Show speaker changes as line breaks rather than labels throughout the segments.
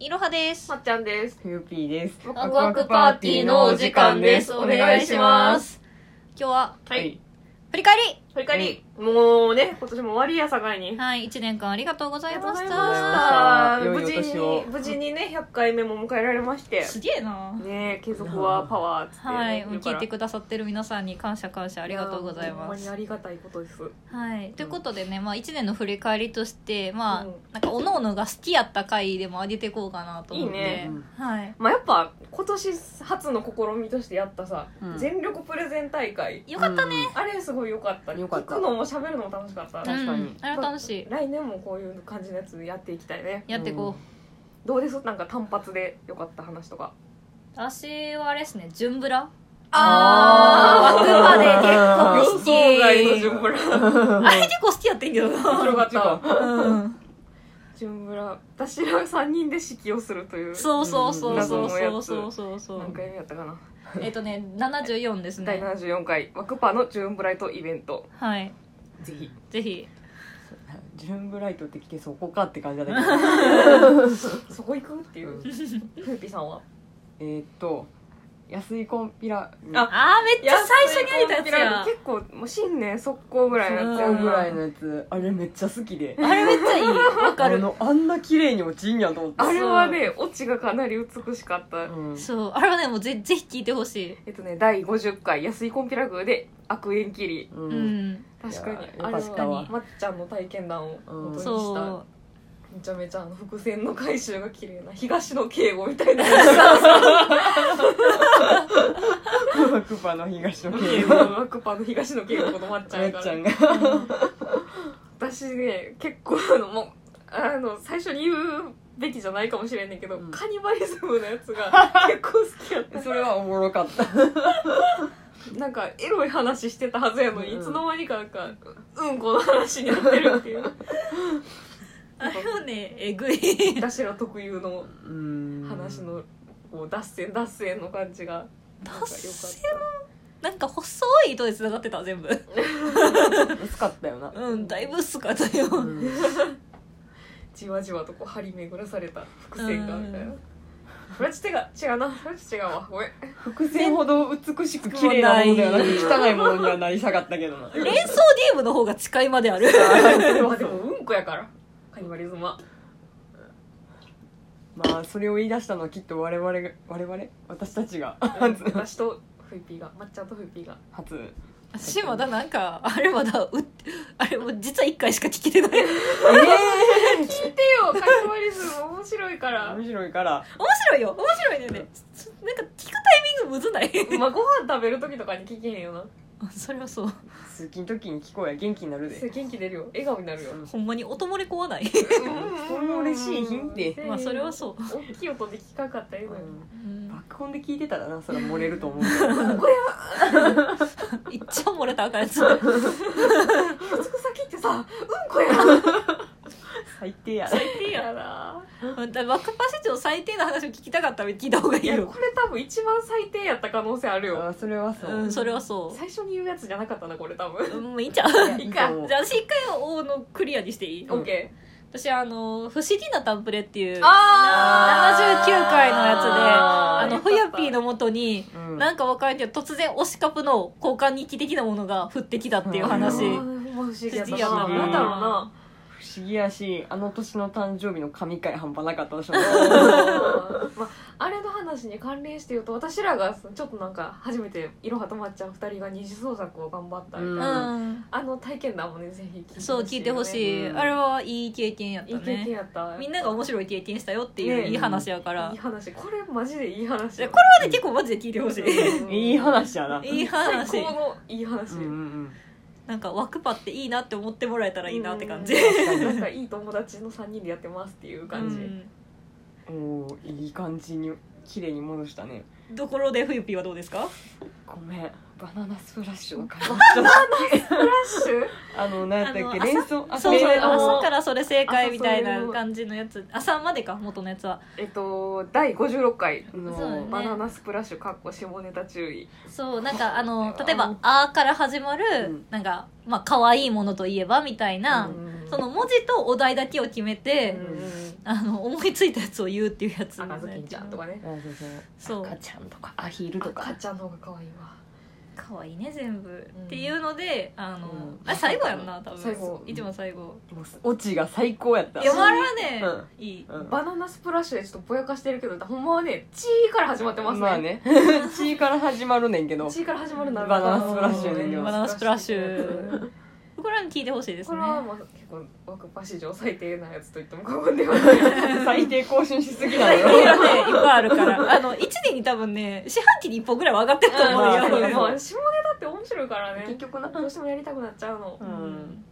いろはです
ま。っちゃんです。
ゆうぴーです。
ワクワクパーティーのお時間です。お願いしま。す。今日は、
は。
はいい。
振り返
振り返り、もうね、今年も終わりやさかい
り
に。
はい、1年間ありがとうございまし
あ
た。
りがとう
無
ござい
事
ました良いお
に
年を、
無事にね、100回目も迎えられまして。
すげえな。
ね継続はパワーっつってね、
はい、
言うか
聞い
ら
てくださってる皆さんに感謝感謝ありがとうござい
やほ
ま
んに
す
あ。りがたいことです。
はい、ということでね、まあ、1年の振り返りとして、まあ
うん、
なんか、おのおのが好きやった回でも上げていこうかなと思って。
いいね
うん
はい。
まあやっぱ今年初の試みとしてやったさ、
うん
全力プレゼン大会
よかったね。
あれすごい良かった
良かった
聞くのも喋るのも楽しかった、
確かに
うんあれは楽しい。
来年もこういう感じのやつやっていきたいね
やっていこう。
うん
どうですなんか単発で良かった話とか
私はあれですね、純ブラ。
あー
枠まで
あ
予
結構好
想
き。
外の順ブラ
あれ結構好きやってんけどな。
面白かった
うん。
順ブラ私ら3人で指揮をするという
そうそうそうそうそうそうそうそう。
何回目やったかな、
えっとね、74です
第
ね。
74回ワクパの順ブライトイベント
はい。
ぜひ
ぜひ。
ジュンブライトって来てそこかって感じだった けど。
そこ行くっていうふうぴさんは
えーっと、安いコンピラ、
あ
あー、めっちゃ最初にやりたやつや。
結構もう新年速攻ぐらいのやつや
こ
ん
ん
な
ぐらいのやつ、あれめっちゃ好きで。
あれめっちゃいい。わか
あ
る。
の、あんな綺麗に落ちんやと思って
あ。れはねオチがかなり美しかった、
うん
そう。あれはね、もうぜぜひ聞いてほしい。
えっとね第50回安いコンピラグーで悪縁切り
う。
うんん。
確かに
いや
あれ
よかった
は
わ
まっちゃんの体験談を元にした、
そう。
めちゃめちゃあの伏線の回収が綺麗な東野敬吾みたい な
クパの東野圭吾。
ワクパの東野敬吾のまっちゃ
め
ん
っ
が
ちゃんが。
私ね結構あのもうあの最初に言うべきじゃないかもしれんねんけど、
うん
カニバリズムのやつ が結構好きやった
それはおもろかった。
なんかエロい話してたはずやのに、
うん
いつの間にかなんかうんこの話になってるって いう
あれはね、えぐい。
私ら特有の
うん
話。のこう脱線脱線の感じがなんか
脱線なんか細い糸で繋がってた、全部。
薄かったよな。
うん、だいぶ薄かったよ。
うん
じわじわとこう張り巡らされた伏線が
うん
みたいな。フラチテが違うなフラチ違うわごめん
伏線ほど美しく綺麗なものではなく汚いものにはなり下がったけどな。
連想ゲームの方が近いまである。
あでもうんこやからカニバリズムは
まあそれを言い出したのはきっと我々が我々私たちが
私とフイピーがまっちゃんとフイピーが
初
私まだなんか、あれまだ、うっ、あれもう実は1回しか聞けてない。面
ええ
聞いてよカニバリズム面白いから
面白いから
白いよ面白いんだよね。ちょなんか聞くタイミングむずない
まあご飯食べる時とかに聞けへんよな
あそれはそう。
通勤時に聞こうや元気になる
それ
で
元気出るよ笑顔になるよ
うん
ほんまに音漏れ壊ない。
それも嬉しい品って
まあそれはそう。
大きい音で聞かんかったらいいのよ
うん
爆音で聞いてたらなそれは漏れると思うけど
いっちゃ漏れたらあかんや つ。
つく先ってさうんこや
最低や
最低や。
やだ
だバックパ社長最低な話を聞きたかったら聞いた方がい
い
い
や
よ
こ。れ多分一番最低やった可能性あるよ
あそれはそうう、
ん、それはそ
最初に言うやつじゃなかったなこれ多
う。う
分
んもういいんちゃう
いや
いいか
と思う
じゃあ私一回王のクリアにしていい
うん
OK
私あの「不思議なタンプレ」っていう
あー
79回のやつで
あー
あのふやぴーのもとに
うん
なんかわかんないけど突然推しカプの交換日記的なものが降ってきたっていう
あー
話
う
ほんま不思議やった
不思議や
な
った
な
なんだろうな
不思議やしあの年の誕生日の神回半端なかったでしょ
まああれの話に関連して言うと私らがちょっとなんか初めていろはとまっちゃん2人が二次創作を頑張ったみた
う
い
ん
な、
ん
あの体験談もねぜひ聞いてほしいよね
そう聞いてほしい
うん
あれはいい経験やっ
い
た
い経験
ね
やった
みんなが面白い経験したよっていう
ね
いい話やから
いい
こ
話これマジでいい話
れはね結構マジで聞いてほしい
いい話やない
い話
最高のいい話、
うんうん
なんかワクパっていいなって思ってもらえたらいいなって感じ
うんなんかいい友達の3人でやってますっていう感じ、
うんおーいい感じに綺麗に戻したね
うんところでふゆぴーはどうですか
ごめんバナナスプラッシュの感じ
フラッシュ
あの、なんやったっけ、
あの
連想、あ
そうそう
連想
朝からそれ正解みたいな感じのやつ朝までか元のやつは
えっと第56回
の
そうね
バナナスプラッシュかっこ下ネタ注意
そうなんかあの例え
う
ば
ん
「あ」から始まる、
うん
なんかまあ可愛いものといえばみたいな、
うん
その文字とお題だけを決めて、
うん
あの思いついたやつを言うっていうやつ
赤ずきんちゃんとかね
そうそうそ
そ
う
う
赤ちゃんとかアヒルと
赤
か
ちゃんの方が可愛いわ
可愛いね全部、
うん
っていうのであの、
うん
あ最後やんな多分
最後
一番最後
もうオチが最高やった
いやまああれはね、いい
うん
バナナスプラッシュでちょっとぼやかしてるけどほんまはね「チー」から始まってますね,、
まあね血から始まるねんけど
チーから始まるんだ
バナナスプラッシュでね
バナナスプラッシュこれは聞いてほしいです
こ
ね
れはもう結構若葉史上最低なやつと言っても過言ではない
最低更新しすぎなの
最近はね
よ
いっぱいあるからあ の1年に多分ね四半期に1本ぐらいは上がってると思う
まあ
よ、
そうね
もう下ネタって面白いから
結
ね
局な
どうしてもやりたくなっちゃうの
う
うん
ん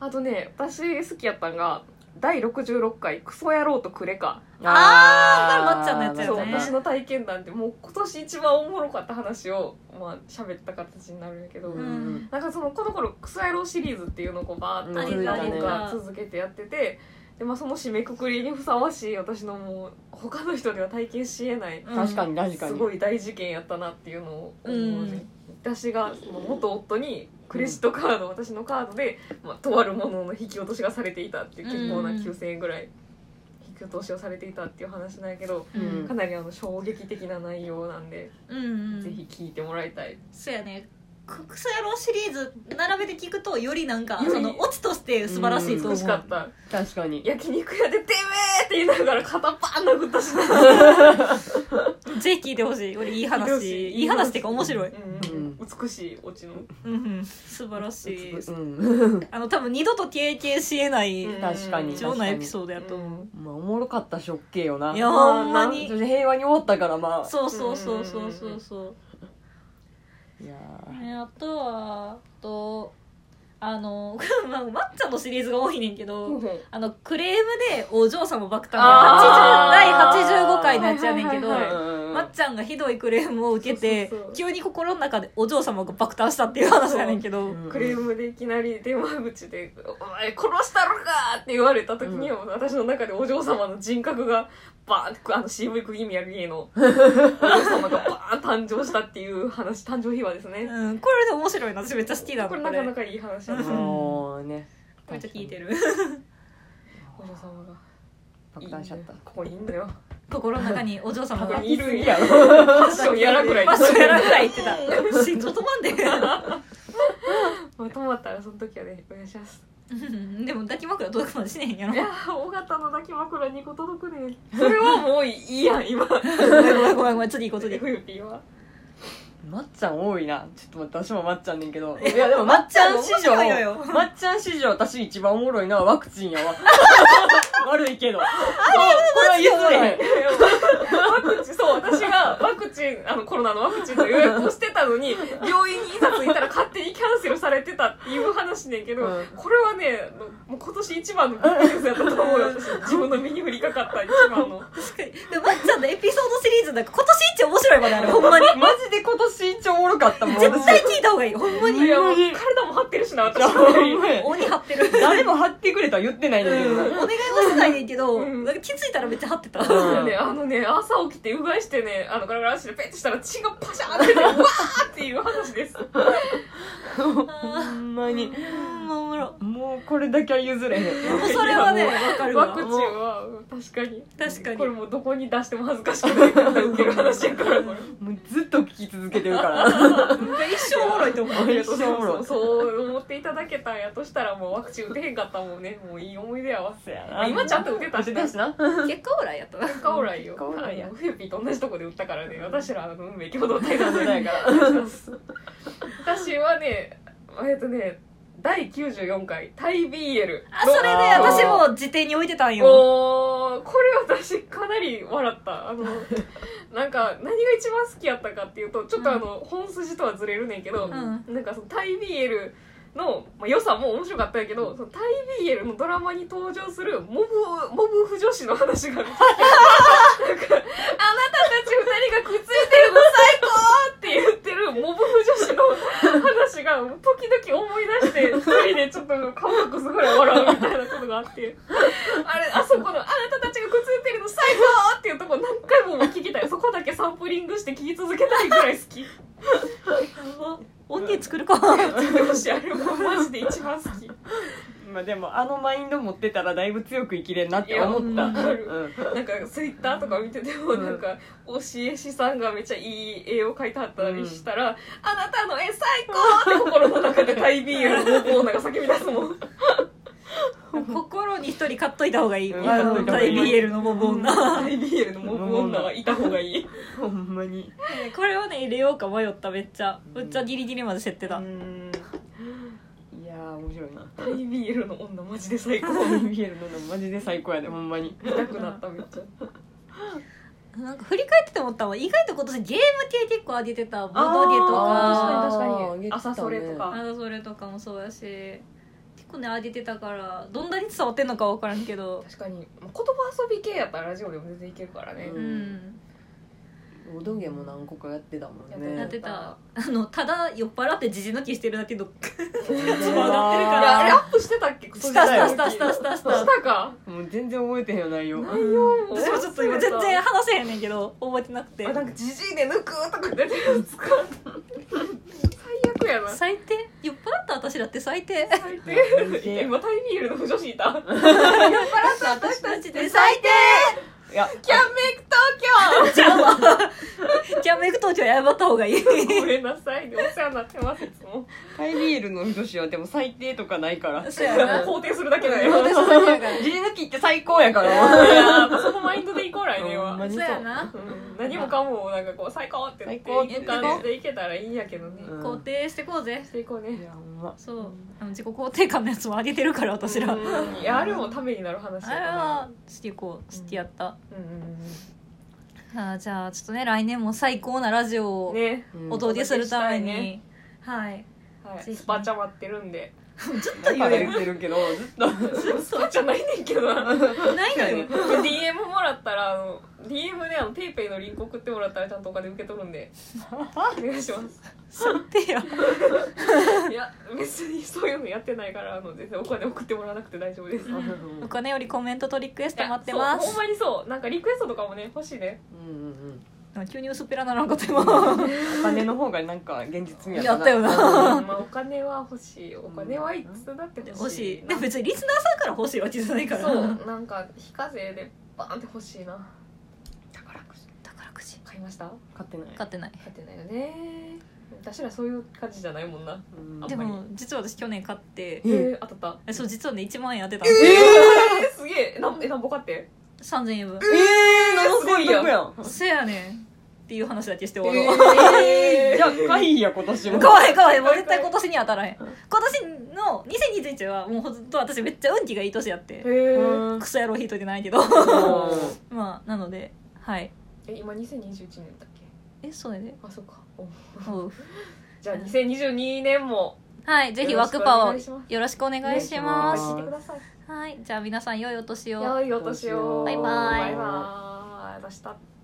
あとね私好きやったんが第66回「クソ野郎とクレカ」
あーこれまっちゃんのやつだ
そ
よ
う
ね
私の体験談でもう今年一番おもろかった話をまあ喋った形になるんやけど、
ん
なんかそのこの頃クソ野郎シリーズっていうのをこうバーッと
う
何年
ん
か
ありがとう
続けてやっててで、まあ、その締めくくりにふさわしい私のもう他の人では体験しえない
うん
確かに確か
す
に
ごい大事件やったなっていうのを思うね、私がその元夫にクレジットカード、私のカードで、まあ、とあるものの引き落としがされていたっていう結構な
うん
9,000円ぐらい引き落としをされていたっていう話なんやけど
う
か
ん
なりあの衝撃的な内容なんで、
うん
ぜひ聞いてもらいたい
そうやねククソ野郎シリーズ並べて聞くとよりなんか
より
そのオチとして素晴らしいと
美
思
し
う
かった
確かに
焼肉屋で「てめえ!」って言いながら肩パーン殴ったしな、
ぜひ聞いてほしいこれいい
聞いてほし
話
い
いい話っていうか面白い、
うん美しいオチの
うんうん、素晴らしい
うん
あの多分二度と経験しえない
うん
確かに
貴重なエピソードやと思う、
まあおもろかったショッケーよない
や
まあ
ほんま
そ
に
して平和に終わったからまあ
そうそうそうそうそうそう
いやー
ねあとはあとあの まあまっちゃんのシリーズが多いねんけどあのクレームでお嬢様爆誕
あ
ー
80第85回のやつやねんけど、
はいはいはい
まっちゃんがひどいクレームを受けて
そうそうそう
急に心の中でお嬢様が爆誕したっていう話やねんけど、
うん
クレームでいきなり電話口で「お前殺したろか!」って言われた時には、私の中でお嬢様の人格がバーンってあの CV 釘宮理恵のお嬢様がバーン誕生したっていう話誕生秘話ですね
うん、これで面白いな私めっちゃ好きだな
こ
これ
れなかなかいい話だ
あ
な
うん
のーね
めっちゃ聞いてる
お嬢様がいい
爆
ね
誕しちゃった
ここにいんだよ
心の中にお嬢様
こ
が
こにいるんや
や
ろ
ろ
ファッションやらぐらい
パッションやらぐらい 言ってた心臓止まんで
まあ止まったらその時はねお願いします
うんでも抱き枕届くまでしねへんやろ
いやー尾形の抱き枕2個届くねそれはもういいや ん今
ごめんごめんごめんごめん次行こう次行こ
冬ピーは
まっちゃん多いなちょっと待って私もまっちゃんねんけどいやでもまっちゃん史上
まっちゃん面白いよ
まっちゃん史上私一番おもろいのはワクチンや わ悪いけどあれこれは譲れへん
ワクチンそう私がワクチンあのコロナのワクチンの予約をしてたのに病院にいざ着いたら勝手にキャンセルされてたっていう話ねんけど、
うん
これはねあのもう今年一番のビッグニュースやったと思うよ私自分の身に降りかかった一番の
う次でまっちゃんのエピソードシリーズなんか今年一面白いまであるほんまに
マジで今年一応おもろかったも ん
絶対聞いた方がいいほんまに
いやもう体も張ってるしな私
私ほ んまや
鬼張ってる
誰も貼ってくれとは言ってないんだけ
う
ど
ん
な
お願いはしてないねんけど、
うん
なんか気づいたらめっちゃ張ってた、
うん
そうね、あのね朝起きてうがいしてねあのガラガラしてペッてしたら血がパシャーって出てうわーっていう話です
ほんまに
うんおもろ
もうこれだけは譲れへん
それはねわかる
ワ
わ
クチンはうん確かに
確かに
これもうどこに出しても恥ずかしくないから受ける話やからこれ
もうずっと聞き続けてるから
一生おもろいと思う
一生おもろ
そうそ
い
う思っていただけたんやとしたらもうワクチン打てへんかったもんねもういい思い出やわ
そうや
まあ
な
今ちゃんと打てたし
出たしな
結果オーライやったな
結果オーライよ
結果オーライや
あのフーピーと同じとこで打ったからね私らあの運命共同体
出
な
た
ん で
やから
私はねえっとね第94回タイ BL
あそれで私も辞典に置いてたんよ
おーこれ私かなり笑ったあ のなんか何が一番好きやったかっていうとちょっとあの、本筋とはずれるねんけど、
うん
なんかそのタイ BL の、まあ、良さも面白かったんやけどそのタイ BL のドラマに登場するモブモブ不女子の話がなんかあなたたち二人がくっついてるの最高って言ってるモブ不女子の話が時々思い出して一人でちょっと顔隠すぐらい笑うみたいなことがあって。あれあそこのあなたたちがくっついてるの最高っていうとこ何回も聞きたいそこだけサンプリングして聞き続けたいぐらい好き
音源作るか
聞いてほしいあれもマジで一番好き
まあでもあのマインド持ってたらだいぶ強く生きれんなって思
いや
った、
わ
うん、
か
る
うん
なんかツイッターとか見てても
うん
なんか教え師さんがめっちゃいい絵を描いてはったりしたら「あなたの絵最高!」って心の中でタイビールのボーナが叫び出すもん
心に一人買っといた方がいい
うん
みたいな
買っといた方が
大
いい
BL のモブ女、
タイビールのモブ女はいた方がいい
ほんまに
これをね入れようか迷っためっちゃめっちゃギリギリまで競ってた、
うんいやー面白いな
タイビールの女マジで最高
見えるのマジで最高やでほんまに
見たくなっためっちゃ
なんか振り返ってて思ったのは意外と今年ゲーム系結構上げてたボドゲと
あ
か
ー
確かに確か
あー言っ
に
てたね
朝それとか
あのそれとかもそうやし結構ね上げてたからどんなに伝わってんのか分からんけど
確かにまあ言葉遊び系やったらラジオでも全然いけるからね
う
うんんおどげも何個かやってたもんね
や
や
っ
ってて
た
た
あのただ酔っ払ってじじ抜きしてるだけの
つ
まがってるか
い
ら
やあれアップしてたっけ
し
した
したしたしたしたし
したたか
もう全然覚えてへんよ内容
内容も
私もちょっと今全然話せへんねんけど覚えてなくて
あなんかじじいで抜くとか出てるやつか最悪やな
最低酔っ払った私だって最低
最
最低
低今タイミールの不女子いた酔っ払った私たちで最低
いや
キャンメイク東
キャンメイク東京やばった方がいい
京ごめんなさいねお世話になってますいつも
ハイビールの女子はでも最低とかないから
そうやな
肯定するだけだよ
そうですそうですだから
ジリ抜きって最高やか
い
ら
やーそのマインドでいこう来年
ほん
は
まに
そうやな
うん何もかもなんかこう最高って
最
言
高っ
ってていく感じでいけたらいいんやけどね
うん
肯定してこうぜ
していこう
い
ね
やほんま
そうあの自己肯定感のやつも上げてるから私ら
うんいやあれもためになる話
あ
や
ら
な
はしていこうしてやった
うんうん
あーじゃあちょっとね来年も最高なラジオ
うん
を
ね
うん
お届けするために、
お届けし
はい
はい
ぜひ
スパチャ待ってるん で
だから言ってるけどずっと
スパチャないねんけどな
ないのよ
DM もらったらあの DM であのペイペイのリンク送ってもらったらちゃんとお金受け取るん でお願いします
最低や
いや別にそういうのやってないからあの全然お金送ってもらわなくて大丈夫です
お金よりコメントとリクエスト待ってま
いやそうほん
す
まにそうなんかリクエストとかもね欲しいね
うんうん
でも急に薄っぺらならんかった今
うんお金の方がなんか現実味
やったよ
うん
な
まあお金は欲しいお金はいつだって
欲
欲
し
し
い
い
で
な
も別にリスナーさんから欲しいわけじゃないから
そうなんか非課税でバーンって欲しいな
宝くじ
宝くじ
買いました
買ってない
買ってない
買ってないよね私らそういう感じじゃないもんな
うん
で
あん
も
ま
実は私去年買って
え
えー、当たった
えそう実はね1万円当てた
え
の、
ー、すげえなんえなんぼ買って
3000円分
ええなんか
すごい
やん
せやねんっていう話だけして終わろう、
え
えー、
ー
じゃあ買いや今年も
怖い怖いもう絶対今年には当たらへん今年の2021はもうほんと私めっちゃ運気がいい年やっ
え
て
ー、
うん
クソ野郎引いといてないけど まあなのではい
え今2021年だっけ
えそれで
あそっかお
おう
じゃあ2022年も
はいぜひ
よろ
ワ
しく
ク
お
パを
願いします
よろしくお願いし
お願
ま
し
す
聞
ま
いてください
はいじゃあ皆さん良いお年を
良いお年を
バイバイ
バイバイ明日